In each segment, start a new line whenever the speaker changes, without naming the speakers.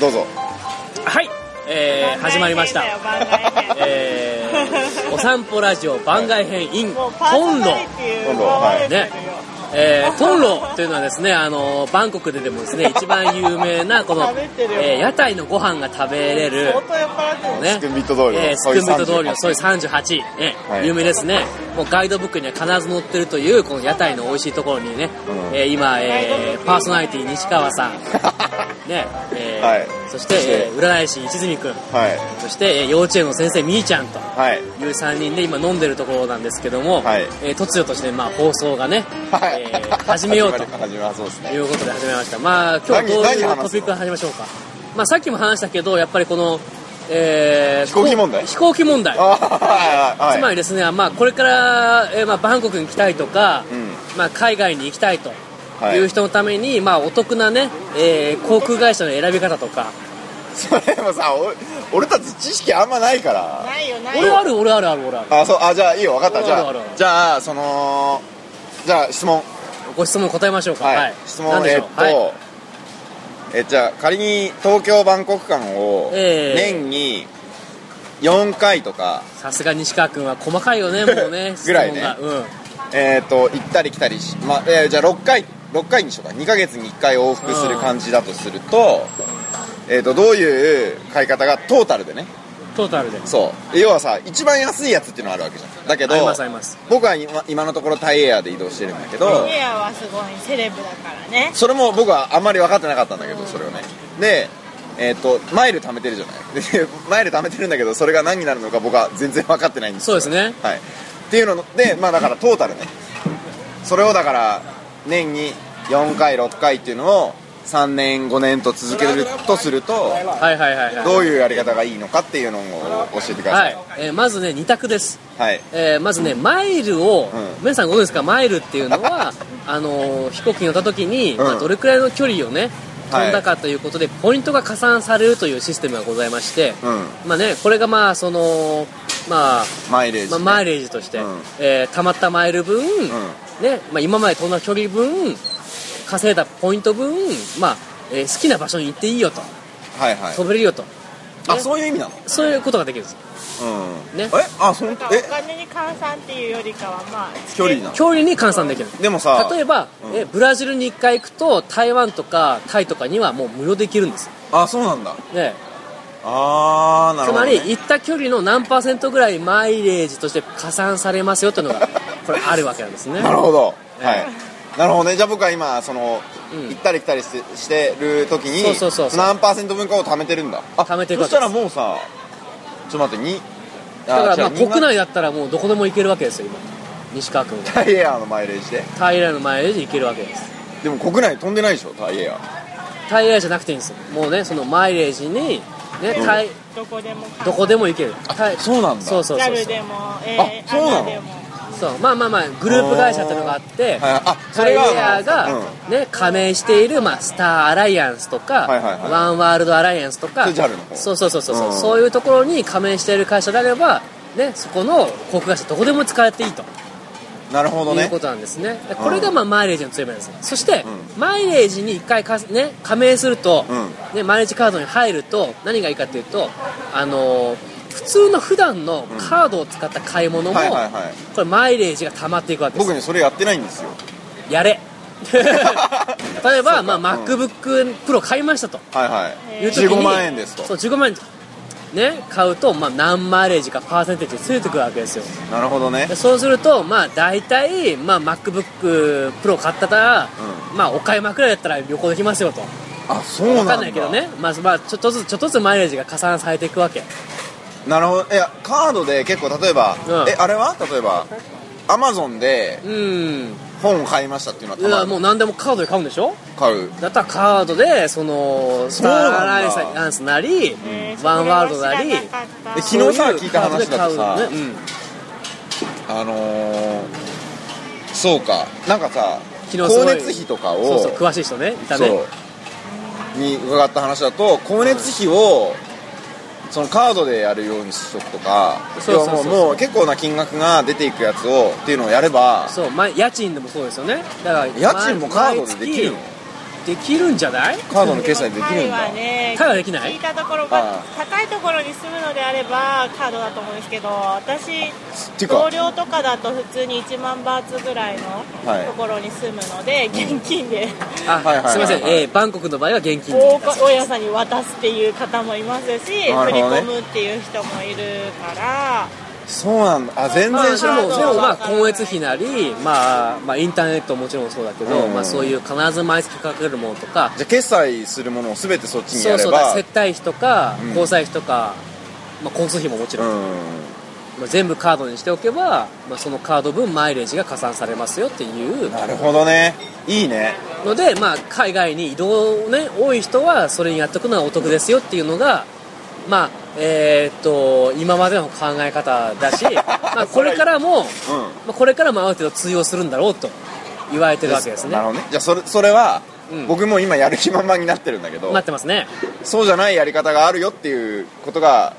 どうぞ
はい、えー、始まりました、
番外編だよ番外編
え ー、お散歩ラジオ番外編 in
もうパーソ
本
ナ
論
リティ
本論
奪われてるよ
ねえー、トンロというのはですね、あのバンコクででも ですね、一番有名な、この
食べ、てるよ
えー屋台のご飯が食べれる
相、当酔っ払ってる
ね
スクンビット通りの
えース
ソ
ク
イ
ンビット通り
38
のソイ38、えー
はい
有名ですね。もうガイドブックには必ず載ってるという、この屋台の美味しいところにね、
うん
えー今、えーパーソナリティ西川さん、ね、えー
はい
そして、えー占い師一泉くん、
はい
そして、えー幼稚園の先生みーちゃんと、
はい
いう3人で今飲んでるところなんですけども、
はい
えー突如としてまあ放送がね、
はい、
えー始めよう と
始まり始まりそうです
と
ね
いうことで始めましたまあ今日
何
どうい
何
う
話すの
トピック始めましょうかまあさっきも話したけどやっぱりこの、えー
飛行機問題
飛行機問題
あはいはいはい
つまりですね、まあ、これから、えーまあ、バンコクに来たいとか、
うん
まあ、海外に行きたいと
はい
いう人のために、まあ、お得なね、えー航空会社の選び方とか
それもさお俺たち知識あんまないから
ないよない
俺あ
よ
る俺あるある俺ある
あそうあじゃあいいよ分かったじゃ
あるあるあ
あ
る
じゃあそのじゃあ質問
ご質問答えましょうか
は、
はいい、
質問
何で
えっ
しょ
と
う、はい
えじゃあ仮に東京バンコク間を
ええ
年に4回とか、
さすが西川君は細かいよねもうね
ぐらいね
質問がうん
えー、と行ったり来たりし、まあえーじゃあ6回6回にしようか2ヶ月に1回往復する感じだとすると,、えー、とどういう買い方がトータルでね
トータルで
そう要はさ一番安いやつっていうのがあるわけじゃんだけど
ありますあります
僕は今今のところタイエアで移動してるんだけど、
エアはすごいセレブだからね
それも僕はあんまり分かってなかったんだけどそれをねでえっ、とマイル貯めてるじゃないで マイル貯めてるんだけどそれが何になるのか僕は全然分かってないんです
そうですね
はいっていうのでまあだからトータルねそれをだから年に4回6回っていうのを3年5年と続けるとすると
はいはいはいはい
どういうやり方がいいのかっていうのを教えてくだ
は
さ
い
い、
えーまずね2択です、
はい
えーまずねマイルを、
うん
皆さんご存知ですかマイルっていう のはあのー飛行機に乗った時に、
ん
まあ、どれくらいの距離をね
はい
飛んだかということで、ポイントが加算されるというシステムがございまして、
う
まあねこれがまあそのまあ
マイレージ、
まあ、マイレージとして、
うん
えー溜まったマイル分、ねまあ、今まで飛んだ距離分稼いだポイント分、まあえー好きな場所に行っていいよと
はいはい
飛べるよと
あそういう意味なの
そういうことができるんです
うん
ね
えあそん
なんか
え
お金に換算っていうよりかはまあ
距離なの
距離に換算できる
でもさ
例えば、
うん
えブラジルに1回行くと台湾とかタイとかにはもう無料で行けるんです、
あそうなんだ
ね、
あーな
つ
るほ
ま
ど、ね、
り行った距離の何パーセントぐらいマイレージとして加算されますよというの がこれあるわけなんですね
なるほど、
ええ
はいなるほどねじゃあ僕は今その、
うん
行ったり来たりしてしてる時に
そうそうそうそう
何パーセント分かを貯めてるんだあ
貯めていく
そ
わ
し
けで
た
す
らもうさちょっと待ってに
だからまあ
違う
国内だったらもうどこでも行けるわけですよ今西川君は
タイエアのマイレージで
タイヤのマイレージ行けるわけです
でも国内飛んでないでしょタイエア
タイヤじゃなくていいんですよもうねそのマイレージにね、
うん
タイ
どこでも換算
どこでも行けるタイ
そうなんだ
そうそうそうそう
JAL でもえー
あそうなの
ANA でも
そうまあまあまあグループ会社っていうのがあっ
はい
て
あそ
タイ
れが
エアが、
うん
ね、加盟している、まあ、スターアライアンスとか、
はいはいはい
ワンワールドアライアンスとか
それ JAL の方
そうそうそうそう、
うん
そういうところに加盟している会社であれば、ね、そこの航空会社どこでも使えていいと
なるほど
いう
ね
ことなんですねでこれが、まあ、マイレージの強みなんですそして、
う
マイレージに1回か、ね、加盟すると、
う
ね、マイレージカードに入ると何がいいかというと、あのー普通の普段のカードを使った買い物も、
はいはいはい
これマイレージが溜まっていくわけです
僕ねそれやってないんです よ
やれ例えば、まあ、
うん
MacBook Pro 買いましたと
はいはい
いう時に
15万円ですと
そう15万円ね買うと、まあ、何マイレージかパーセンテージついてくるわけですよ
なるほどね
でそうするとまあ大体、まあ、MacBook Pro 買ったら、まあお買い枕だったら旅行できますよと
あそうなん
分
だ
かんないけどねまあ、まあ、ちょっとずつちょっとずつマイレージが加算されていくわけ
なるほどいやカードで結構例えば、
うん
えあれは例えばアマゾンで
うん
本を買いましたっていうのはいたま
や
に
もう何でもカードで買うんでしょ
買う
だったらカードでそのス
そうなん
ター
だ
アライアンスなり、
え
ワンワールドなり
それ
え昨
は知らなかった
日さ聞いた話だとさ
そういうカードで買うのねうん
あのー、そうかなんかさ
昨日すごい
光熱費とかを
そうそう詳しい人ねいたね
そうに伺った話だと光熱費をそのカードでやるようにしとくとか
そうそうそうそ
要
う
はももう結構な金額が出ていくやつをっていうのをやれば
そうまあ家賃でもそうですよねだから
家賃もカードでできるの
毎月できるんじゃない
カードの決済できるん
タイ
だ
はね
タイはできない
聞いたところ
ああ
が高いところに住むのであればカードだと思うんですけど私
ていう
同
か
僚とかだと普通に1万バーツぐらいの
はい
ところに住むので、現金で
あ、
はいはいはいはい
すいません、えーバンコクの場合は現金で
大家大家さんに渡すっていう方もいますし、
な
振
る
り
ほどね
込むっていう人もいるから
そうなんだあ全
まあ、
然知
で
らな
も
かっ
で
た
もまあ光熱費なり、まあ、まあインターネットももちろんそうだけど、
うん
まあ、そういう必ず毎月かかるものとか
じゃあ決済するものを全てそっちに
そ
や
う
れ
そうだから
ば
接待費とか
うん
交際費とか、まあ、交通費ももちろん、
うん
まあ、全部カードにしておけば、まあ、そのカード分マイレージが加算されますよっていう
なるほどねいいね
ので、まあ、海外に移動ね多い人はそれにやっておくのはお得ですよっていうのがまあえーっと今までの考え方だ し、まあ、これからも、
う
まあ、これからもある程度通用するんだろうと言われてるわけですね
なるほどねじゃあそれそれは、
うん
僕も今やる気満々になってるんだけど
なってますね
そうじゃないやり方があるよっていうことが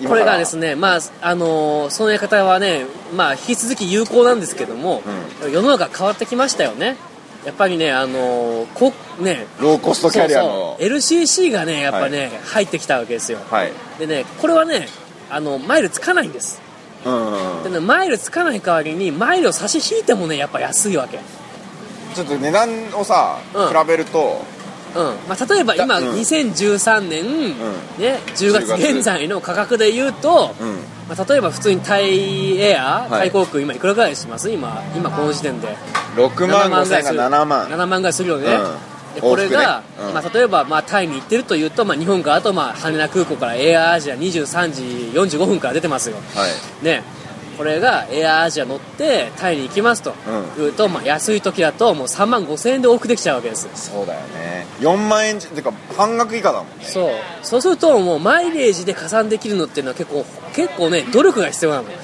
今
こ
から
れがですねまああのーそのやり方はねまあ引き続き有効なんですけども、世の中変わってきましたよねやっぱりねあのーこね
ローコストキャリアの
そうそう LCC がねやっぱね、入ってきたわけですよ
はい
でねこれはねあのマイルつかないんです
うん
でねマイルつかない代わりにマイルを差し引いてもねやっぱ安いわけ
ちょっと値段をさ、
うん
比べると
うんまあ、例えば
だ
今、
うん
2013年、ね、10月
10月
現在の価格で言うと、
うん
まあ、例えば普通にタイエア、
い
タイ航空今いくらぐらいします今今この時点で
6万5千円が7万
7万ぐらいするよね、
うん
でこれが、
往復ねうん
まあ、例えば、まあ、タイに行ってるというと、まあ、日本からあと、まあ、羽田空港からエアアジア23時45分から出てますよ、
はい
ね、これがエアアジア乗ってタイに行きますと
う
いうと、まあ、安い時だともう3万5000円で往復できちゃうわけです
そうだよね4万円じてか半額以下だもんね
そうそうするともうマイレージで加算できるのっていうのは結構結構ね努力が必要なので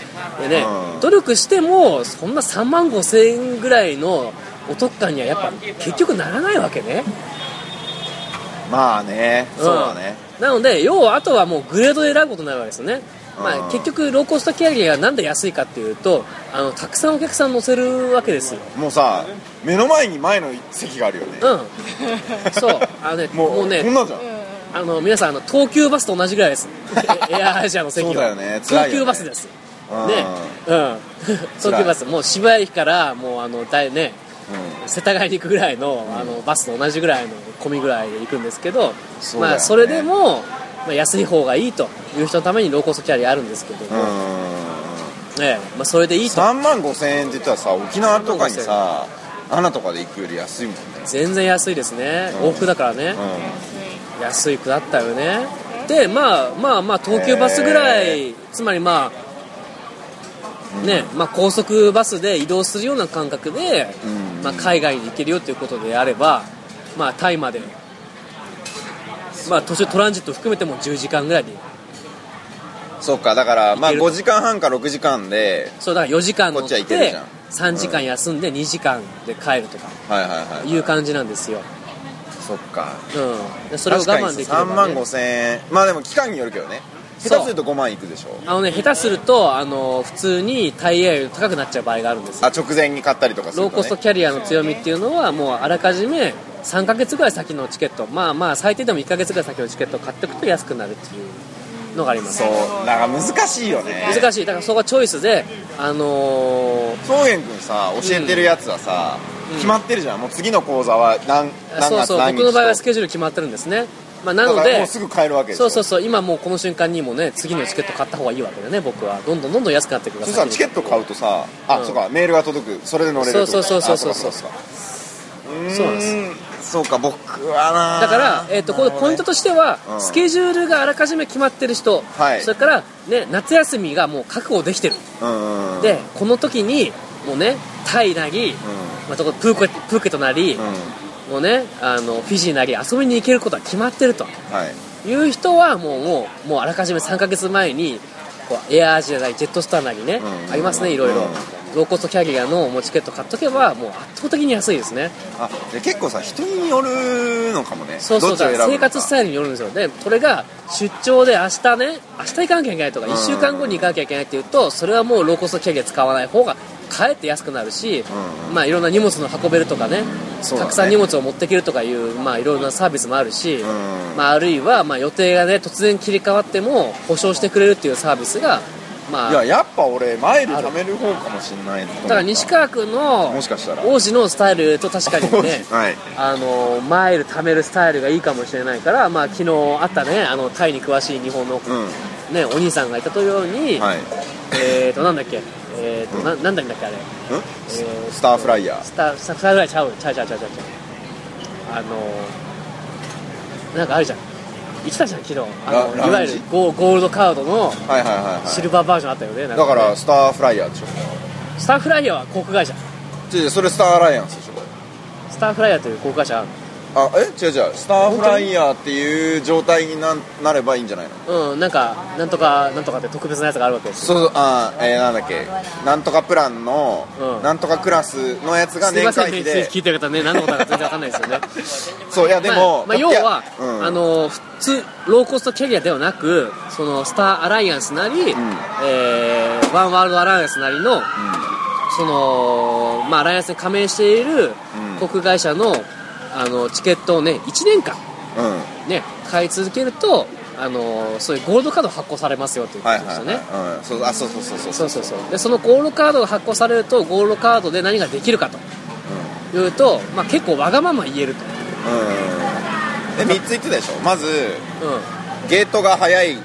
ね、
うん
努力してもそんな3万5千円ぐらいのお得感にはやっぱ結局ならないわけね、
まあね
ん
そうだね、
なので要はあとはもうグレードで選ぶことになるわけですよね、ま
う
あ、
ん
結局ローコストキャリアがなんで安いかっていうとあのたくさんお客さん乗せるわけですよ
もうさ目の前に前の席があるよね、
うんそうあのね
も
もう
うこん
ね
なんじゃん、
あの皆さんあの東急バスと同じぐらい ですエアアジアの席は
そうだよね辛いよね
東急バスです
うん
ね、 うん、東急バス、もう渋谷駅から、もうあの、だいね、
う
世田谷に行くぐらいの、あの、バスと同じぐらいの、込みぐらいで行くんですけど、
そうだよね
まあ、それでも、まあ、安い方がいいという人のためにローコストキャリアあるんですけど
ん、うん
も、ええまあ、それでいいと。
3万5千円って言ったらさ沖縄とかにさアナとかで行くより安いもんね
全然安いですね。
うん
往復だからね、
う
安い区だったよね。で、まあ、まあまあ、東急バスぐらい、つまりまあ、ねまあ、高速バスで移動するような感覚で、
うん
まあ、海外に行けるよということであれば、まあ、タイまで、まあ、途中トランジット含めても10時間ぐらいで
んそっかだからまあ
行ける
5時間半か6時間で
そうだから4時間乗
こ
っ
っちは
て
行けるじゃん
3時間休んで2時間で帰るとか
はいはいはい
いう感じなんですよ、
そっか
うん、でそれを我慢できれば、
3
ね、
万5千円まあでも期間によるけどね
そう
下手すると5万いくでしょ
あのね下手するとあの普通にタイヤより高くなっちゃう場合があるんですよ
あ直前に買ったりとかす
ロ
る
ー
と
コスト
ね
キャリアの強みっていうのはもうあらかじめ3ヶ月ぐらい先のチケットまあまあ最低でも1ヶ月ぐらい先のチケットを買っておくと安くなるっていうのがあります
そうなんか難しいよね
難しいだからそこはチョイスであのー
宗玄君さ教えてるやつはさ、
うん
決まってるじゃんもう次の講座は何何
そう
月
そう
何日
僕の場合は
と
スケジュール決まってるんですね、まあ、な
だ
の
からも
で
うすぐ買えるわけでし
そ
ょ
うそうそう今もうこの瞬間にもね次のチケット買った方がいいわけでね僕はどんどんどんどん安くなってくだ
そし
さ
た
い
らチケット買うとさあ、
うん
そうかメールが届くそれで乗れるってこと
そうそうそうそうそう
あかか
うそうなんで
ですそうか僕はな
だから、えっとこのポイント
と
としては、
うん
スケジュールがあらかじめ決まってる人、
はい
それから、ね、夏休みがもう確保できてる
うんうん
でこの時にもうねタイなり、
う
まあ、とこプーケプーケットなり、
んうん
もうねあのフィジーなり遊びに行けることは決まってると
はい
いう人はもうもうもうあらかじめ3ヶ月前にこうエアアジアなりジェットスターなりね、
うん
ありますねいろいろ、
うん
ローコストキャリアのもうチケット買っとけばもう圧倒的に安いですね
あで結構さ人によるのかもね
そうそう
どっ
だ
ちを
か
選
ら
ぶ
生活スタイルによるんですよでこれが出張で明日ね明日行かなきゃいけないとか
うん
1週間後に行かなきゃいけないっていうとそれはもうローコストキャリア使わない方がかえって安くなるし、
うんうん
まあ、いろんな荷物の運べるとかね
そうだね
たくさん荷物を持っていけるとかいう、まあ、いろんなサービスもあるし、
ん
まあ、あるいは、まあ、予定がね突然切り替わっても保証してくれるっていうサービスが、まあ、
いややっぱ俺マイル貯める方かもしんないだ
だから西川君の
もしかしたら
王子のスタイルと確か にね
はい
あのマイル貯めるスタイルがいいかもしれないから、まあ、昨日あったねあのタイに詳しい日本の、
う
ね、お兄さんがいたとように、
んはい
えーとなんだっけえーと、ななんだっけあれ、
うん
えー
スターフライヤー
スタースターフライヤーちゃうちゃうちゃうちゃうちゃうちゃうあのなんかあるじゃん言ってたじゃん昨日あ
ラ
のいわゆ
ラウン
る
ジ
ゴーゴールドカードの
はいはいはい
シ
は
ルバーバージョンあったよねないんね
だからスターフライヤーでしょ
スターフライヤーは航空会社
違う違うそれスターアライアンスでしょ
スターフライヤーという航空会社ある
あえ違う違うスターフライヤーっていう状態になんなればいいんじゃないの
うん、なんか、なんとか、なんとかって特別なやつがあるわけですよ。
そうそうあーえー、なんだっけなんとかプランの、
うん
なんとかクラスのやつが
すい
年
ませ
会
んね、
費
つい
で
聞いてる方ね、何のことか全然わかんないですよね。
そうい やでも、
まあ、まあ要は、
うん
あの、普通、ローコストキャリアではなく、その、スターアライアンスなり、えー、ワンワールドアライアンスなりの、その、まあ、アライアンスに加盟している
うん
航空会社の、あの、チケットをね、1年間、
うん
ね、買い続けると、あの、そういうゴールドカード発行されますよというこ
はい
と
はい
ですよね。
はい、うん、そうあそうそうそうそう
そうそうそうでそのゴールドカードが発行されるとゴールドカードで何ができるかというと、まあ、結構わがまま言えると、
うんで3つ言ってたでしょまず
う
ゲートが早い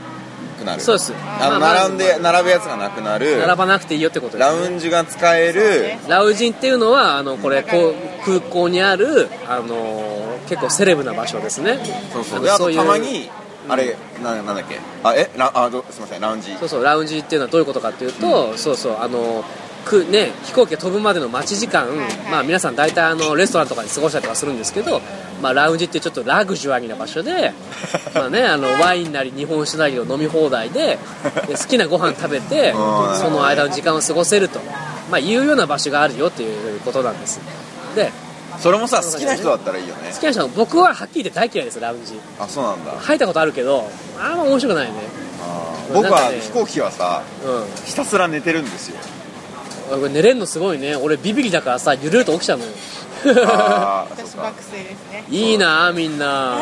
くなる
そうです
あの
まあ
並んで並ぶやつがなくなる
ん、並ばなくていいよってことです
ラウンジが使える
ラウジンっていうのはあのこれこう空港にある、あのー結構セレブな場所ですね
そうそう
あの
であと
ういう
たまにあれななんだっけあえラあどすいませんラウンジ
そうそうラウンジっていうのはどういうことかっていうと、そうそうあのくね、飛行機が飛ぶまでの待ち時間、まあ、皆さん大体あのレストランとかで過ごしたりとかするんですけど、まあ、ラウンジってちょっとラグジュアリーな場所でまあ、ね、あのワインなり日本酒なりを飲み放題でで好きなご飯食べ
う
て
ん
その間の時間を過ごせると、まあ、いうような場所があるよっていうことなんですで
それもさ好きな人だったらいいよね
好きな人は僕ははっきり言って大嫌いですラウンジ
あそうなんだ
入ったことあるけどあんま面白くないね
あー
なんかね
僕は飛行機はさ
うん
ひたすら寝てるんですよ
俺寝れんのすごいね俺ビビリだからさゆるると起きちゃうのよ
ああ
私爆睡ですね
いいなあみんな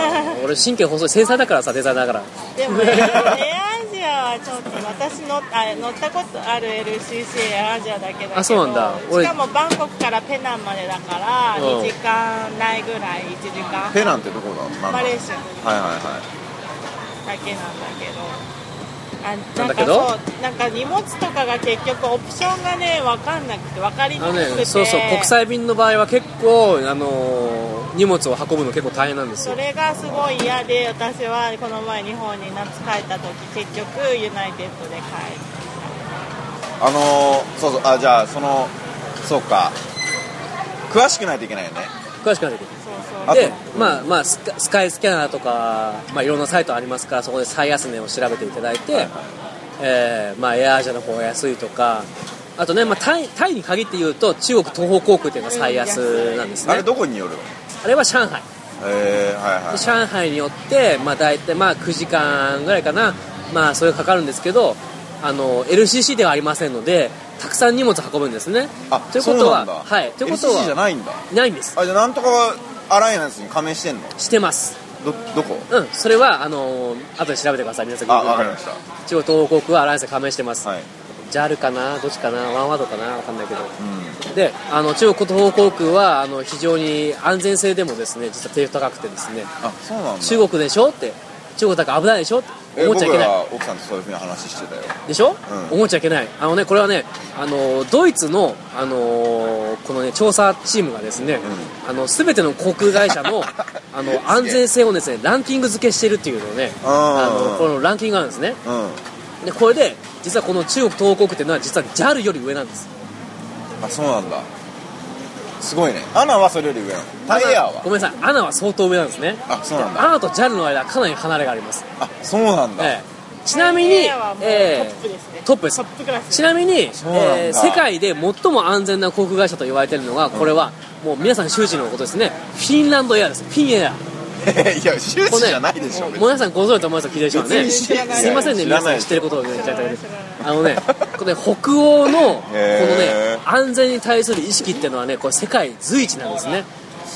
俺神経細い繊細だからさデザイナーだから
でもねエアアジアはちょっと私のあ乗ったことある LCC エアアジアだけだけど
あそうなんだ俺
しかもバンコクからペナンまでだから
うん
2時間ないぐらい1時間
ペナンってどこだなんだ
マ
はい
レ
はい
ーシア
は
だけなんだけどあ
なんだけど
なんかそうなんか荷物とかが結局オプションがね分かんなくて分かりに
あ
くく
の
て、
ねそうそう国際便の場合は結構あのー荷物を運ぶの結構大変なんです
そ
よ
れがすごい嫌で私はこの前日本に夏帰った時結局ユナイテッドで帰っ
いあのーそうそうあじゃあそのそうか詳しくないといけないよね
詳しくなってくる
そう
あ
そう
と
でまあまあスカスカイスキャナーとか、まあ、いろんなサイトありますからそこで最安値を調べていただいて、えーまあ、エアアジアの方が安いとかあとね、まあ、タイタイに限って言うと中国東方航空っていうのが最安なんですね
あれどこによるの
あれは上海
えー、はいは
で
い
上海によって、まあ、大体まあ9時間ぐらいかな、まあ、それがかかるんですけどあの LCC ではありませんのでたくさん荷物運ぶんですね
あ
ということ
そうな
は
んだ
はいということ
LCC じゃ
は
ないんだ
ないんです
あじゃあなんとかアライアンスに加盟してんの
してます
どどこ
うんそれはあの後で調べてください皆さん
あわかりました
中国東北はアライアンスに加盟してます、
はい
JAL かなどっちかなワンワードかなわかんないけど
うん
であの中国東方航空はあの非常に安全性でもですね実は低高くてですね
あそうなんだ
中国でしょって中国だから危ないでしょって
え
思っちゃいけない
僕ら奥さんとそういうふうに話してたよ
でしょ、
うん
思っちゃいけないあのねこれはねあのドイツのあのこのね調査チームがですね、あの全ての航空会社 のあの安全性をですねランキング付けしてるっていうのをねあのこのランキングがあるんですね
うん
でこれで実はこの中国東国っていうのは実は JAL より上なんです
あそうなんだすごいねアナはそれより上なのタイヤ
アナ
は
ごめんなさいアナは相当上なんですね
あそうなんだ
アナと JAL の間はかなり離れがあります、
あそうなんだ、
ええちなみに、
エアはもうト
ええ
ップですね、
トップです
トップクラス
ちなみに、え
そうなんだ
ー世界で最も安全な航空会社と言われているのが、これはもう皆さん周知のことですねフィンランドエアですフィンエアも
いや周
う
知
ね
じゃないでしょ
もう
別に
皆さんご存知だと思いますよ聞いてる人はね
別に知らない
すいませんね
知ら
皆
な
さ
い
ん知ってることを言っちゃったけど
知らない
あのねこのね、北欧のこのね
へー
安全に対する意識っていうのはねこれ世界随一なんですね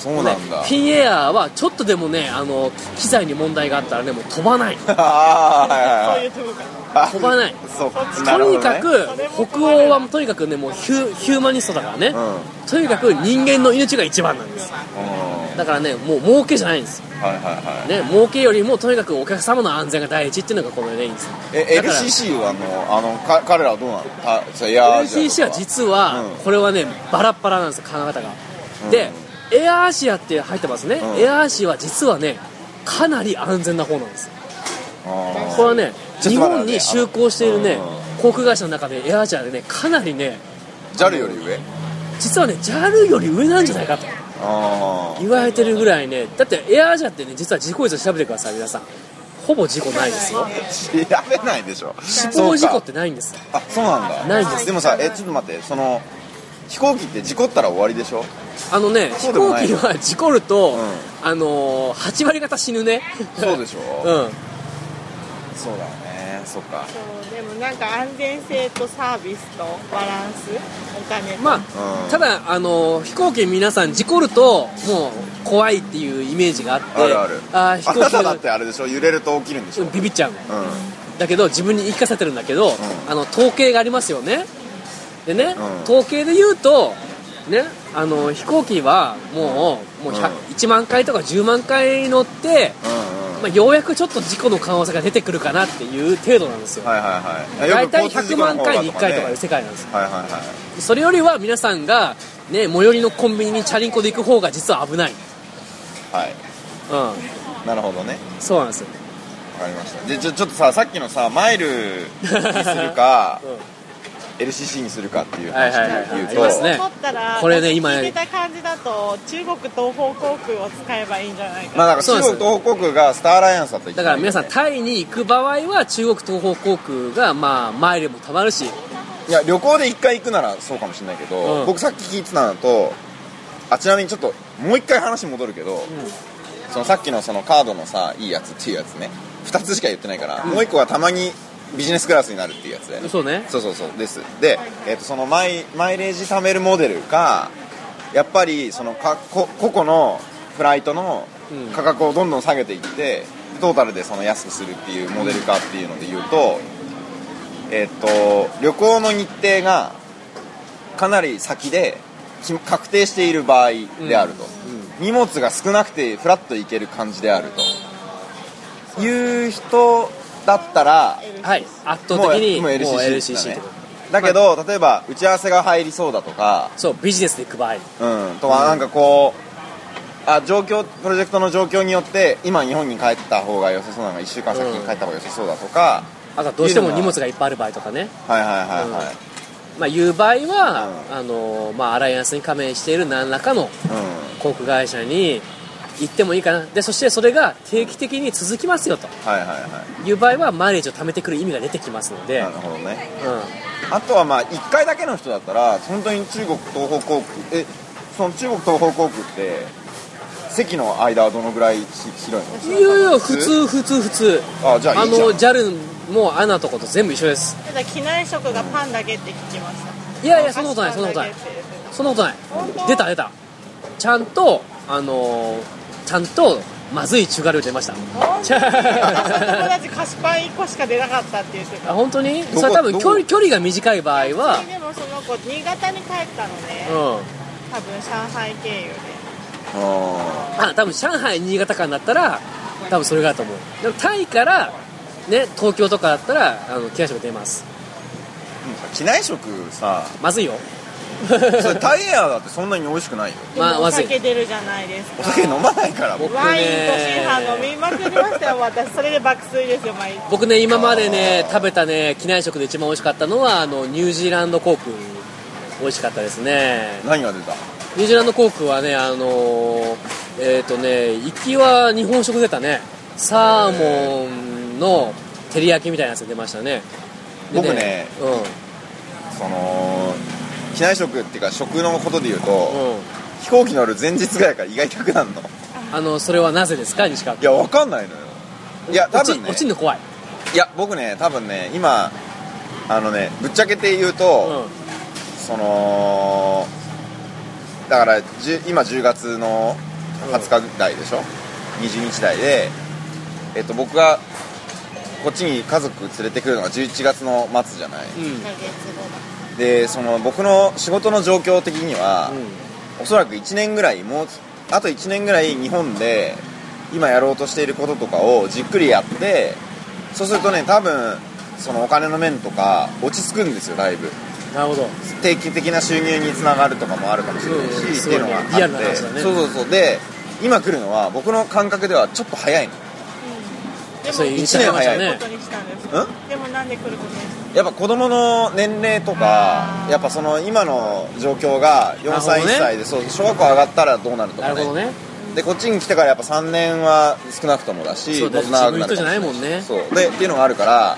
そうなんだ
ね フィンエアーはちょっとでもねあの機材に問題があったらねもう飛ばない
ああはいは
そう
いいう
とこかな
あ
飛ばない
そうなる
と
ほ
に
ど
か
ね
く、
それも
北
困る
欧はもうとにかくねもうヒュヒューマニストだからね、
うんうん
とにかく人間の命が一番なんです
は
だからねもう儲けじゃないんですよ
いはいはい
ね儲けよりもとにかくお客様の安全が第一っていうのがこのレインです
え
だから
LCC はあのあのか彼らはどうなのたそうエアアジアとか
LCC は実は
うん
これはねバラッバラなんですよ考え方がでエアアシアって入ってますね、
うん
エアアシアは実はねかなり安全な方なんです
あ
これはね
ちょっ
日
と待っ
本
て
に就航しているね
う
航空会社の中でエアアシアでねかなりね
ー JAL より上
実はね JAL より上なんじゃないかと
あ
言われてるぐらいねだってエアアジアってね実は事故率を調べてください皆さんほぼ事故ないですよ
あ調べないでしょ
死亡事故っ
そうか
てないんです
あそうなんだ
ないです
でもさえちょっと待ってその飛行機って事故ったら終わりでしょ
あのね
そ
飛
うでも
行
ない
機は事故ると、
う
あのー、8割方死ぬね
そうでしょ
うん
そうだよねそっか
そうでもなんか安全性とサービスとバランスお金と
まあ、
うん
ただ、あのー飛行機皆さん事故るともう怖いっていうイメージがあって
あるある
あー飛
あ
行
な
機
ただってあれでしょ揺れると起きるんでし
う
ょ
んビビっちゃう
うんうん
だけど自分に言い聞かせてるんだけど、あの統計がありますよねでね、
うん
統計で言うとねあの飛行機はもうもう100
うん
1万回とか10万回乗って、
うん
まあ、ようやくちょっと事故の可能性が出てくるかなっていう程度なんですよ、
はいはいはい
大体
交通事
100
故の
万
方
回に1回と
ね
かいう世界なんですよ
はいはいはい
それよりは皆さんが、ね、最寄りのコンビニにチャリンコで行く方が実は危ない、
はい
うん、
なるほどね
そうなんですよ、
わかりましたでちょちょっとささっきのさマイルにする か LCC にするかっていう話
はいはい
で
はい
言う
あ
と
りますね
そう思ったら
これね今
聞いてた感じだと中国東方航空を使えばいいんじゃないか
まあなんか
そう
中
なんです
国東北航空がスターアライアンスだと言って
だ
た
から
ん
皆
で
さんタイに行く場合は中国東方航空が、まあ、マイルもたまるし
いや旅行で1回行くならそうかもしれないけど、
うん
僕さっき聞いてたのとあちなみにちょっともう1回話戻るけど、そのさっきのそのカードのさいいやつっていうやつね2つしか言ってないから、もう1個はたまにビジネスクラスになるっていうやつだよね
そうね
そうそうそうですで、えー、とそのマイマイレージ貯めるモデルかやっぱりそのかこ個々のフライトの
うん
価格をどんどん下げていってトータルでその安くするっていうモデルかっていうので言うと,、えー、と旅行の日程がかなり先でき確定している場合であると、荷物が少なくてフラッと行ける感じであるという人だったら
はい圧倒的にも
も
う
う
LCC
だ,、
って
ね
こと、、
だけど、例えば打ち合わせが入りそうだとか、
そうビジネスで行く場合
うん、とはなんかこうあ状況プロジェクトの状況によって今日本に帰った方が良さそうなのが1週間先に帰った方が良さそうだとか、
あとはどうしても
って
荷
いうのは
物がいっぱいある場合とかね
はいはいはいはい、
まあ、いう場合は、あのまあ、アライアンスに加盟している何らかの
うん
航空会社に行ってもいいかなでそしてそれが定期的に続きますよと
はいはいはい
いう場合はマイレージを貯めてくる意味が出てきますので、う
なんるほどねあとはまあ1回だけの人だったら本当に中国東方航空えその中国東方航空って席の間はどのぐらいし広いの
いやいや普通普通普通
あじゃあ
あ
いいじゃん
の JAL もアナとこと全部一緒です
ただ機内食がパンだけって聞きました
いやいやそんなことないそんなことない そんなことない
本当
出た出たちゃんとあのーちゃんとまずい中華料理出ました
本
ち
当
ゃ
に私の友達菓子パン1個しか出なかったって言ってた
あ本当に
こ
それ多分
どこ
距離距離が短い場合は
でもその子新潟に帰ったのね、
うん
多分上海経由で
あ
あ多分上海新潟間だったら多分それがあると思うでもタイからね東京とかだったらあの機内食出ます
ー機内食さ
まずいよ
それタイエアだってそんなに美味しくないよ
で
まあ
もお
まずい
酒出るじゃないです
お
か
酒飲まないから僕
ワインとシーハン飲みまくりましたよ私それで爆睡ですよ毎日
僕ね今までね食べたね機内食で一番美味しかったのはあのニュージーランド航空美味しかったですね
何が出た
ニュージーランド航空はねあのーえっ、とね行きは日本食出たねサーモンの照り焼きみたいなやつ出ましたねで
僕ねその機内食っていうか食のことで言う
う
と、
ん、うん、
飛行機乗る前日ぐらいから胃が痛くなるの
あのそれはなぜですか西川
い
君
やわかんないのよいや多分ね
落ち落ちんの怖い
いや僕ね多分ね今あのねぶっちゃけて言うと、そのだからじゅ今10月の20日台でしょ、20日台で、えっと、僕がこっちに家族連れてくるのが11月の末じゃない、
うんうん
ヶ月後
でその僕の仕事の状況的には、おそらく1年ぐらいもうあと1年ぐらい日本で今やろうとしていることとかをじっくりやってそうするとね多分そのお金の面とか落ち着くんですよだいぶ
なるほど
定期的な収入につながるとかもあるかもしれない
そう
し
そ
って
う
いうのがあって
リアルな話だね
そうそうそうで今来るのは僕の感覚ではちょっと早いの
だ、
そう
でも
言
一年早い
来ることにしたんです
ん
でもなんで来ることにした
やっぱ子供の年齢とか
あー
やっぱその今の状況が4歳1
なるほどね
歳でそう小学校上がったらどうなると
な
か
るほ
ね
どね
でこっちに来てからやっぱ3年は少なくともだし
そう
も
だ
っと長くなるか
自分一人じゃないもんね
そうでっていうのがあるから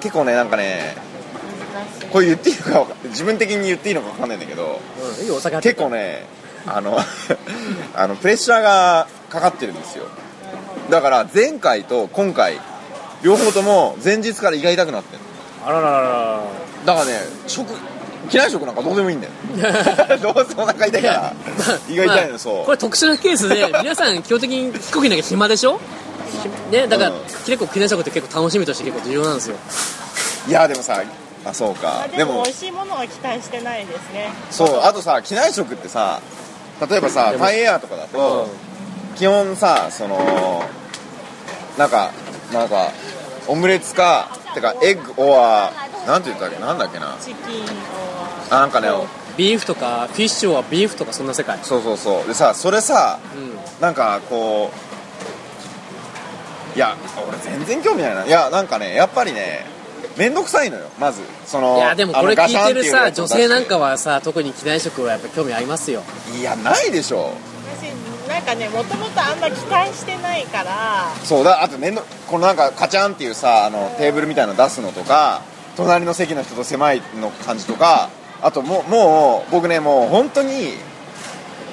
結構ねなんかね
の難しい
これ言っていいのかわか自分的に言っていいのか分かんないんだけど
うんいいよお酒入って
結構ねあの あのプレッシャーがかかってるんですよだから前回と今回両方とも前日から胃が痛くなってる
あらららら
だからね食機内食なんかどうでもいいんだよ どうせお腹痛い から胃が痛い
まあ
のそう
これ特殊なケー スで皆さん基本的に飛行機なんか暇でしょねだから、
うん
結構記念食って結構楽しみとして結構重要なんですよ
いやでもさあそうか
あでも美味しいものは期待してないですね
そうあとさ機内食ってさ例えばさ
でも
タイエアとかだと、基本さそのなんかなんかオムレツかてかエッグオアなんて言ったっけなんだっけな
チキンを
あなんかね
ビーフとかフィッシュはビーフとかそんな世界
そうそうそうでさそれさ
うん
なんかこういや俺全然興味ないないやなんかねやっぱりね面倒くさいのよまずその
いやでもこれ
あのガシャン
聞いてる
っう
さ
やつを
女
出して
性なんかはさ特に機内食はやっぱ興味ありますよ
いやないでしょ
私なんかねもともとあんま期待してないから
そうだあとねんどこのなんかカチャンっていうさあのテーブルみたいなの出すのとか隣の席の人と狭いの感じとかあともうもう僕ねもう本当にい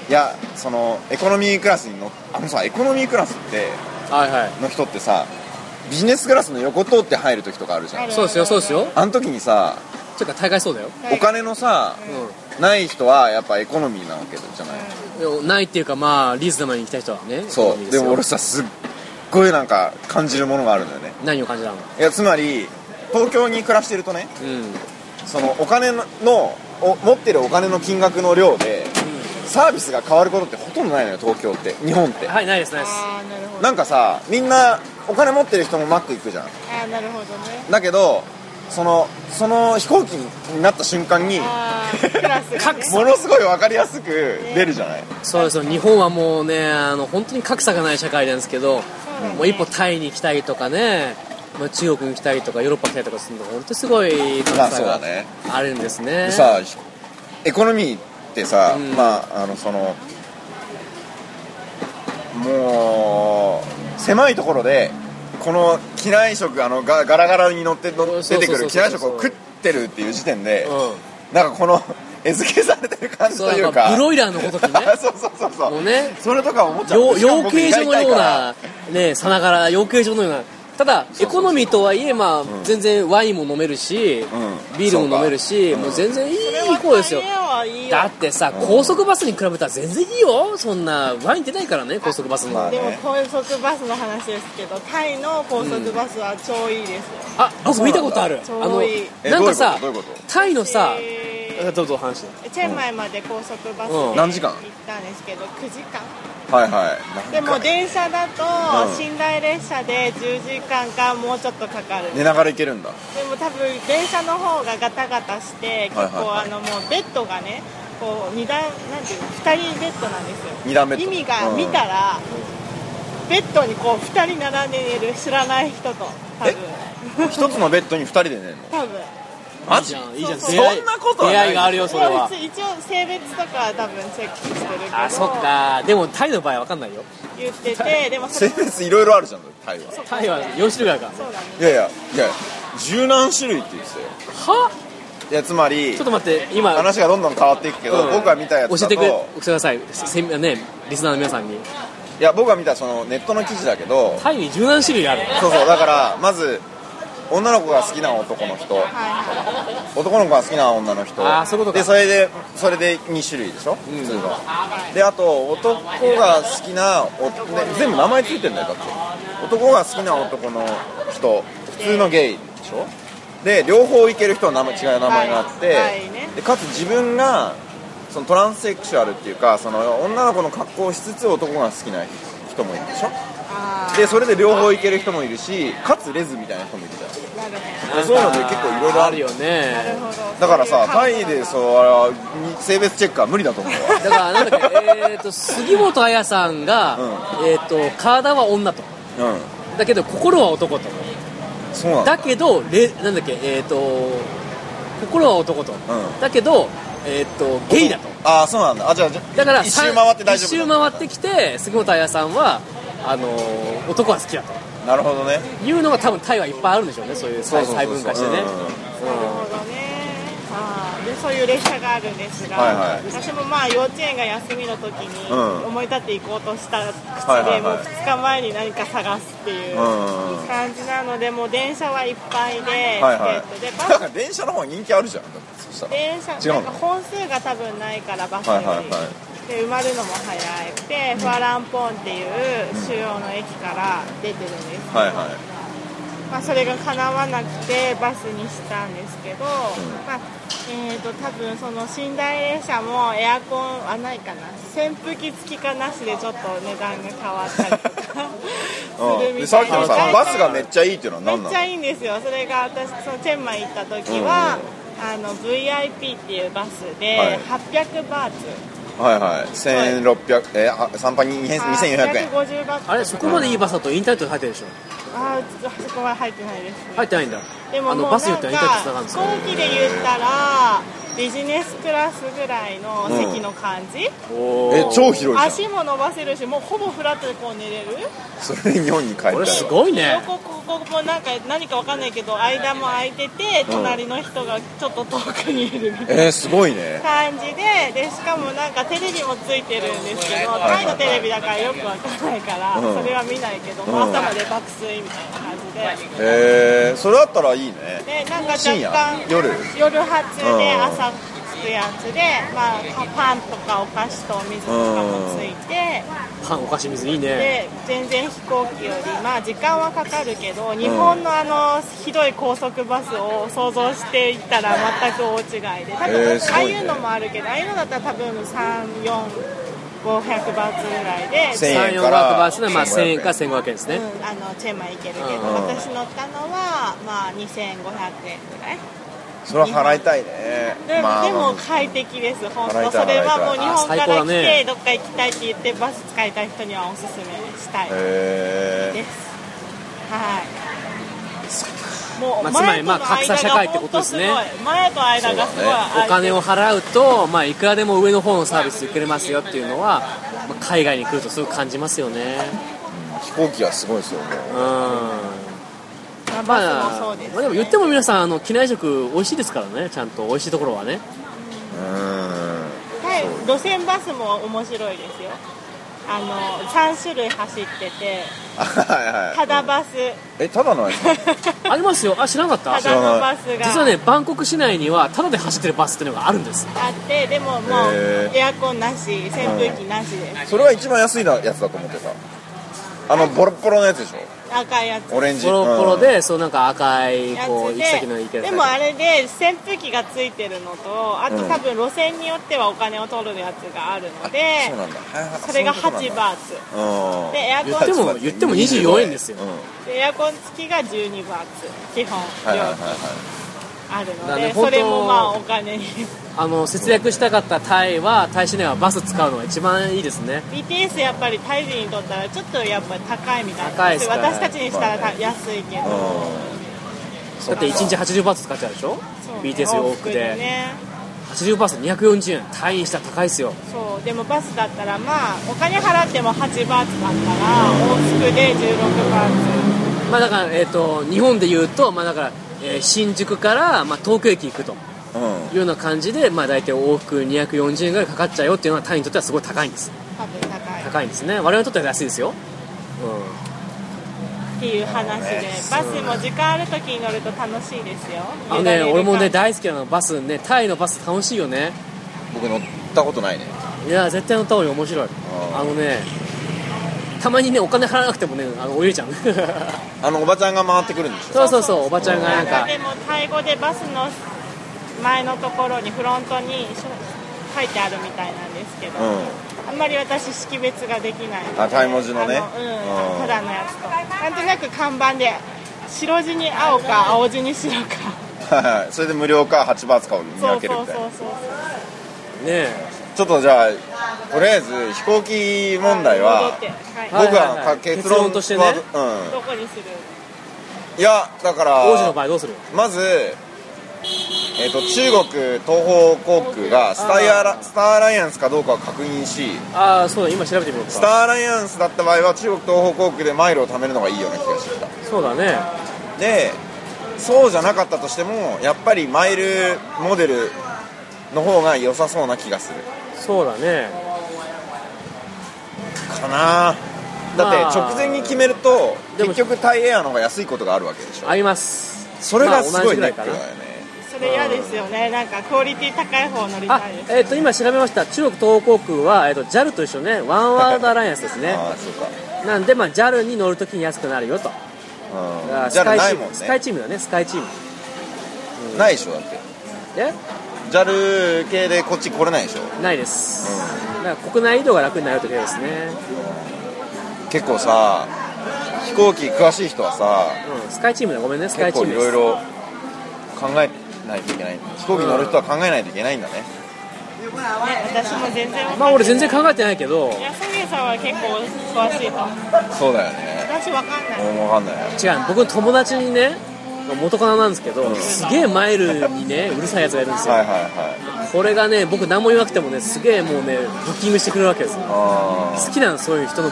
やそのエコノミークラスに乗っあのさエコノミークラスって
はいはい
の人ってさビジネスクラスの横通って入る時とかあるじゃん
ある
そうですよそうですよ
あの時にさ
ていうか大概そうだよ、
お金のさ
う
ない人はやっぱエコノミーなわけじゃない
んいや、ないっていうかまあリーズナブルに行きたい人はね
そ
興味
う
す
で
よ
も俺さすっごいなんか感じるものがあるんだよね
何を感じたの
いやつまり東京に暮らしてるとね
うんうん
そのお金のお持ってるお金の金額の量でサービスが変わることってほとんどないのよ東京って日本って
はいないですないです
ああなるほど
なんかさみんなお金持ってる人もマック行くじゃん
ああなるほどね
だけどそのその飛行機になった瞬間に
ああクラスがね
ものすごい分かりやすく出るじゃない
そうですよ日本はもうねあの本当に格差がない社会なんですけど、
だね
もう一歩タイに行きたりとかね、まあ、中国に来たりとかヨーロッパに来たりとかするの本当にすごい
まあ
格差
そうだ
が
ね
あるんですね
でさひエコノミーってさ、
うん
まああのそのもう狭いところでこの機内食あのガガラガラに乗っての
そう
出
そうそう
てくる機内食を
そうそうそう
食ってるっていう時点で、
う
なんかこの餌付けされてる感
ん、
じ
そう
とい
なん
う
か
か
ブロイラーのごときね
そうそうそうそう
もうね
それとか思っちゃう
養
しかも
養
僕
鶏場のよう
胃が
なねさながら養鶏場のようなただエコノミーとはいえまあ、全然ワインも飲めるし、
ん
ビールも飲めるし、もう全然いい子ですよ
それはいいよ
だってさ、高速バスに比べたら全然いいよそんなワイン出ないからね高速バスの、
まあ
でも高速バスの話ですけどタイの高速バスは超いいですよ、
あ僕見たことある
そう
あ
なんだ
の
ちょうどいい
え
なんかさ
どういうことどういうこ
タイのさ
え
どうぞ話
ーチェンマイまで高速バスで
うん
何時間
行ったんですけど9時間
高はいはい
で
な
も
んか
電車だ
うん
と寝台列車で10時間かもうちょっとかかる
寝ながら行けるんだ
でも多分電車の方がガタガタして結
はい
構
はいはい
あのもうベッドがねこう二段なんていうの2人ベッドなんですよ
二段ベッド
意味が
うん
見たらベッドにこう2人並んでいる知らない人と多分
え一つのベッドに二人で寝るの
多分
マ
じ
ジ
ゃんいいじゃん
そうそう
出会い
そんなことはない
出会いがあるよそれは
もう一一応性別とかは多分チェックしてるけど
あそっかでもタイの場合わかんないよ
言っててでもそ
性
れも
別いろいろあるじゃんタイは
タイは4種類あるから
そうだね
いやいやいや十何種類って言ってたよ
はい
やつまり
ちょっと待って今
話がどんどん変わっていくけど、
うん
僕が見たやつだと
教えてくれ教えてくださいせねリスナーの皆さんに
いや僕が見たそのネットの記事だけど
タイに十何種類ある
そうそうだからまず女の子が好きな男の人
は
男の子が好きな女の人
あーそういうことか
でそれでそれで2種類でしょ、普通のであと男が好きなお、ね、全部名前ついてんだよだって男が好きな男の人普通のゲイでしょで両方いける人は名前違う名前があって、
はいはいね
でかつ自分がそのトランスセクシュアルっていうかその女の子の格好をしつつ男が好きな人もいるでしょ
あ
でそれで両方いける人もいるしかつレズみたいな人もいるじゃん
ーなる
でそういうので結構いろいろあ
あ
る
る
よ
よね
ほどなるほど
だからさ
そう
タ
いう
イ
考え
で
方
そうあれは性別チェックは無理だと思うわ
だからなんだっけ えーと杉本彩さんが、えー、と体は女と
うん
だけど心は男と
そうなんだ
だけどれなんだっけえっ、と心は男と、
ん
だけどえっ、とゲイだと
ああそうなんだあじゃあじゃあ
だから
一周回って大丈夫
一周回ってきて杉本彩さんはあのー男は好きだと
なるほどね
いうのが多分タイはいっぱいあるんでしょうねそういう
そうそうそうそう
細分化してね
うんうんうん
なるほどねあーでそういう列車があるんですが、
はいはい
私もまあ幼稚園が休みの時に
うん
思い立って行こうとした口
はいはいはい
でもう2日前に何か探すっていう
うんうん
感じなのでもう電車はいっぱいで、
はいは
えっとで
いだか
バ
ら
ス
電車の方が人気あるじゃんだってそしたら
電車
違
な
うんの
か本数が多分ないからバスよ
は
り、
いはいはい
で埋まるのも早くてフアランポンっていう主要の駅から出てるんですけど、
はいは
まあ、それがかなわなくてバスにしたんですけど、まあえー、と多分その寝台列車もエアコンはないかな扇風機付きかなしでちょっと値段が変わったりと
い
かす
う
る
んで
み
さ
た
っ
い
き
な
のさバスがめっちゃいいっていうのは何
めっ
な
ちゃ
の
いいんですよそれが私そのチェンマイ行った時は、あの VIP っていうバスで
はい
800バーツ、
はいはい1600えあ3パに2400円
850バーツ
あれそこまでいいバスだとインターネット入ってるでしょ
あーそこは入ってないですね
入ってないんだ
でも
あ
も
の
う
バスによってはインターネットつなが
な
るんで
んか
すよ
飛行機で言ったらビジネスクラスぐらいの席の感じ、
おー
え超広いじ
足も伸ばせるしもうほぼフラットでこう寝れる
ゃんそれで日本に帰った
これす
よ
ごいね
ここここもなんか何かわかんないけど間も空いてて隣の人がちょっと遠くにいるみたいな
えー、すごいね
感じででしかもなんかテレビもついてるんですけどタイのテレビだからよくわかんないから、
うん
それは見ないけど、
ん
朝まで爆睡みたいな感じで。
えー、それだったらいいね
でなんか若
深夜
干
夜
夜発で
うん
朝つくやつで、まあ、パンとかお菓子とお水とかもついて、
パンお菓子水いいね
で全然飛行機よりまあ時間はかかるけど日本のあのひどい高速バスを想像していったら全く大違いで多分、
えーす
ああ
ごい
い
ね
うのもあるけどああいうのだったら多分34500バーツぐらいで
1000円か
34枠
ら
バスで、まあ、
1500
1000円か1500円ですね、
うん、あのチェンマイ行けるけど、
うん
私乗ったのは、まあ、2500円ぐらい
それは払いたいね
でも,、
まあ
でも快適です、本
洗
当、
いたい
それはもう日本か
洗いたいあ最
ら
高だ
来
ね
て、どっか行きたいって言って、バス使いたい人にはおすすめしたいで
えー、
す。はいも
まあ
う
つまり
前と
まあ
の
格差社会ってことですね
間が本当すごい前と間がす
そ
ごい
うだね
お金を払うと、まあ、いくらでも上の方のサービス受けれますよっていうのは、まあ、海外に来るとすごく感じますよね
飛行機はすごいですよ
うん
まあ
ま
バスもそ
あ
うで、す
まあ、でも言っても皆さんあの機内食美味しいですからねちゃんと美味しいところはね
うーん
はい路線バスも面白いですよあの3種類走ってて
はいはい
ただバス
えただのやつ
ありますよあ知らなか
た
った
だのバスが
実はねバンコク市内にはタダで走ってるバスっていうのがあるんです
あってでももう
へー
エアコンなし扇風機なしです
それは一番安いなやつだと思ってたあのボロッボロのやつでしょ
赤いやつ
オレンジ
ポロポロで、そうなんか赤い
や
こう
つ
行き先の行け
で
る
でもあれで扇風機がついてるのとあと
うん
多分路線によってはお金を取るやつがあるので、
うんそうなんだはいはい
それが
ういうことなん
8
だ
バーツ
うん
でエア
言
コ
って
ン
も言っても24円ですよ
うんはい
でエアコン付きが12バーツ基本
はいは
料
いはい
金あるの
だ
で、
ね
それもまあ
本
お金に
あの節約したかったタイはタイ市内はバス使うのが一番いいですね
BTS やっぱりタイ人にとったらちょっとやっぱり高いみたいな
高いですね
私たちにしたらた安いけど、
だって1日80バーツ使っちゃうでしょ
そうね
BTS 往復
往
で、
復ね
80バーツ240円タイにしたら高いですよ
そうでもバスだったらまあお金払っても8バーツだったら往復で16バーツ
まあだからえっ、と日本で言うとまあだから、えー新宿から、まあ、東京駅行くと
うんうん
いうような感じでまあ大体往復240円ぐらいかかっちゃうよっていうのはタイにとってはすごい高いんです
多分高い
高いんですね我々にとっては安いですようん
っていう話で、バスも時間ある時に乗ると楽しいですよ
あのね俺もね
だ
大好きなのバスねタイのバス楽しいよね
僕乗ったことないね
いや絶対乗った方が面白い
あー
あのねたまにねお金払わなくてもねあのお湯ちゃん
あのおばちゃんが回ってくるんでしょ
そうそうそうおばちゃんがなんか
でもタイ語でバスの前のところにフロントに書いてあるみたいなんですけど、
う
あんまり私識別ができないので
あタイ文字のね
あのうん
うん
ただのやつとなんとなく看板で白地に青か青地に白か
んそれで無料か8バーツかを見
そ
分
う
け
そう
る
そ
みたい
う
な
そう
ね
ちょっとじゃあとりあえず飛行機問題は
戻って
僕
はい、
いはい
はか結
結
論
論としてね
は
どこにする
うんいやだか
王子の
ら
場合どうする
まず、えっと中国東方航空がスタイアラスターアライアンスかどうかを確認し
ああそうだ今調べてみようか
スターアライアンスだった場合は中国東方航空でマイルを貯めるのがいいような気がしてきた
そうだね
でそうじゃなかったとしてもやっぱりマイルモデルの方が良さそうな気がする
そうだね
かなだって
まあ
直前に決めると
でも
結局タイエアの方が安いことがあるわけでしょ
あります
それがすごいネッ
まあ同じぐらいか
ク
な
だよね
それ嫌ですよねなんかクオリティ高い方乗り
あ
たいです
えっ、と今調べました中国東北航空は、えっと JAL と一緒ねワンワールドアライアンスですね
ああそうか
なんで、まあ、JAL に乗るときに安くなるよとだか
うん
ら
じゃ
スカイ
な
チ
い
ーム
もん
スカイ
ね
チームだねスカイチーム
ないでしょだって
え
JAL 系でこっち来れないでしょ
ないです、だから国内移動が楽になるときですね、
結構さ飛行機詳しい人はさ
うん、スカイチームだごめんねスカイ
結
チー
構
ム
い
です
ろいろ考えないといけない飛行機乗る人は考えないといけないんだね
ね私も全然わかんない
まあ俺全然考えてないけど
いやソニーさんは結構詳しいと思う
そうだよね
私わかんない
俺もわかんない
違う僕の友達にね元カノなんですけど、すげえマイルにねうるさいやつがいるんですよ、
はいはいはい
これがね僕何も言わなくてもねすげえもうねブッキングしてくれるわけですよ
あ
好きなのそういう人の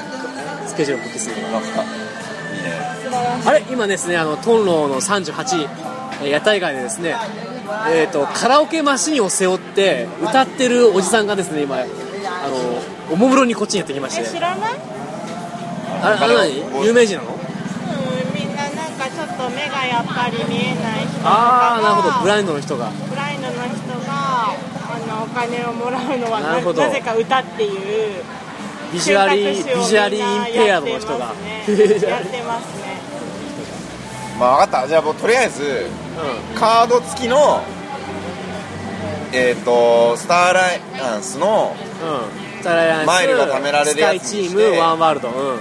スケジュールをブッキングするの
あなんかいいね
あれ今ですねあのトンローの38えー屋台街でですねえー、とカラオケマシンを背負って歌ってるおじさんがですね今あのおもむろにこっちにやってきまし
え知
て
らない
あれあれ何有名人なの
うんみんななんかちょっと目がやっぱり見えない人とかが
ああなるほどブラインドの人が
ブラインドの人があのお金をもらうのは
な
な
るほど
なぜか歌っていう
ビジュアリー
選択肢を
ビジュアリーインペアの人が
みんなやってます ねやってますね
まあ分かったじゃあもうとりあえずカード付きのえっ、とスターアライアンスの
うんうんスタイルアライアンス
マイルが貯められるやつにして
スカイチームワンワールドうん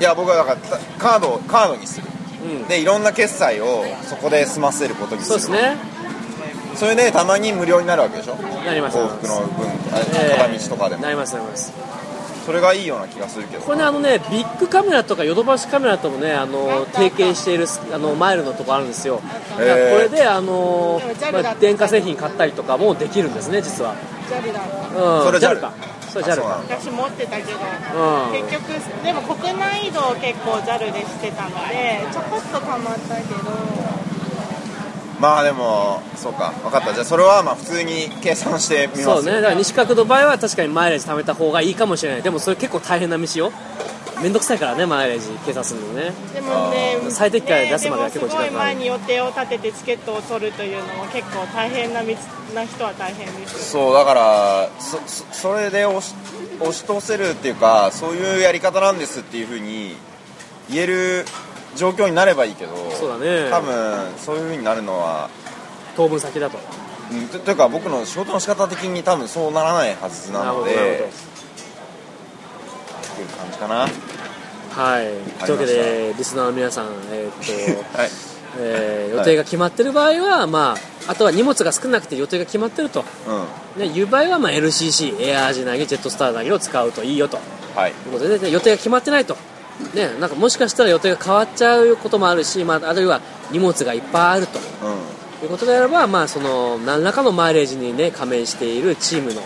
いや僕はだからたカードカードにする
うん
でいろんな決済をそこで済ませることにす
そう
る
ですね
それでたまに無料になるわけでしょ往
なります
復の分あ
えー
片道とかでも
なりますなります
それがいいような気がするけど
これねあのねビッグカメラとかヨドバシカメラともねあの提携しているあのマイルのとこあるんですよだから
へー
これであの
でも JAL だ
まあ電化製品買ったりとかもできるんですね実は
JAL だろ
うん
それ
JAL
JAL
かそれ
あ
JAL
そうな
か
んだ
私持ってたけど
うん
結局でも国内移動を結構 JAL でしてたのでちょこっとたまったけど
まあでもそうか分かったじゃあそれはまあ普通に計算してみま
そう
す
ねだから西角の場合は確かにマイレージ貯めた方がいいかもしれないでもそれ結構大変な道よめんどくさいからねマイレージ計算するのね
でもね
ー最適解出すまでは結構時間かかる
ねでもすごい前に予定を立ててチケットを取るというのも結構大変な道な人は大変ですよ
そうだからそそそれで押し押し通せるっていうかそういうやり方なんですっていうふうに言える状況になればいいけど
そうだね
多分そういうふうになるのは
当分先だと
うんとというか僕の仕事の仕方的に多分そうならないはずなので
なるほど
っていう感じかなはい
はい
た
というわけでリスナーの皆さんえーっと えー
は
予
い
定が決まってる場合は、まあ、あとは荷物が少なくて予定が決まってると、
うん
ね、いう場合は、まあ、LCC エアージ投げジェットスター投げを使うといいよとい
はいう
ことで、ね、予定が決まってないと、ね、なんかもしかしたら予定が変わっちゃうこともあるし、まあ、あるいは荷物がいっぱいあると
う
いうことであれば、まあ、その何らかのマイレージに、ね、加盟しているチームの、
ん、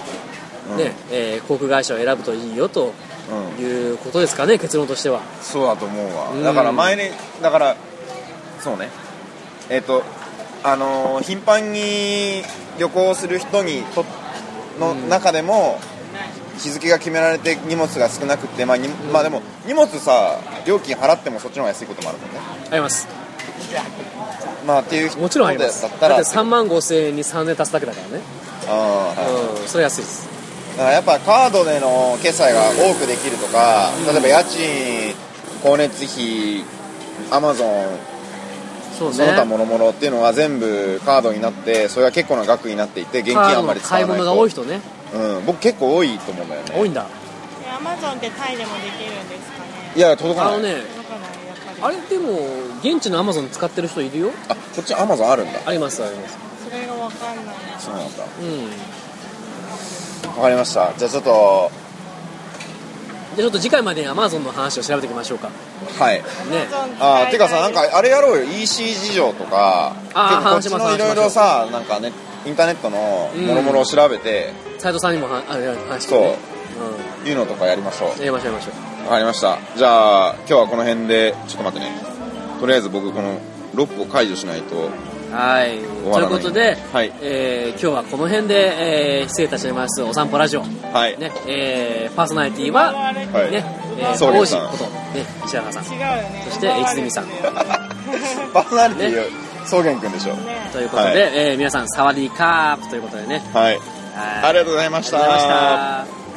うん、
ねえー航空会社を選ぶといいよと
うん
いうことですかね結論としては。
そうだと思うわ、
うん
だから前にだからそうねえっ、とあのー頻繁に旅行する人にとの中でも、日付が決められて荷物が少なくて、まあにまあ、でも荷物さ料金払ってもそっちの方が安いこともあるもんね、
あります
まあ、っていう人
もちろんあります
だ
だ
ったら
って3万5千円に3年足すだけだからね
あーはい
うんそれ安いです
だからやっぱカードでの決済が多くできるとか、例えば家賃光熱費アマゾン
そう
その他諸々っていうのが全部カードになってそれが結構な額になっていて現金あんまり使
買い
わない
物
と
が多い人ね
うん、僕結構多いと思うんだよね
多いんだ
アマゾンってタイでもできるんですかね
いや届
あ
か
の
ない
ね
わかんないやっぱり
あれでも現地のアマゾン使ってる人いるよ
あこっちアマゾンあるんだ
ありますあります
それがわかんないな
そうなんだ
うんじ
わかりましたじゃあちょっと
ゃあちょっと次回までにアマゾンの話を調べていきましょうか
はい
ね
あーてかさなん
あ
かあれやろうよ EC 事情とか
あー
結構こっちの
話しましょう
いろいろさなんかねインターネットの
うん
もろもろを調べて
斉藤さんにもはあいや話してね
いうのとかやりましょ
うんやりましょうやりましょう
うわかりましたじゃあ今日はこの辺でちょっと待ってねとりあえず僕このロックを解除しないと
はい
わら
とい
な
う
い
ことで、
はい
えー今日はこの辺で、えー失礼いたしますお散歩ラジオ、ね
はい、
えーパーソナリティは、ね
はい
えー、
そうで
王
す
子こと、ね、石原さん
違うよね
そして
奪われてるよね
泉さん
パーソナリティー草原くんでしょ
ね
ということで、
はい
えー皆さんサワディーカープということでね
はい
はい
ありがとうございま
ありが
し
とうございましたた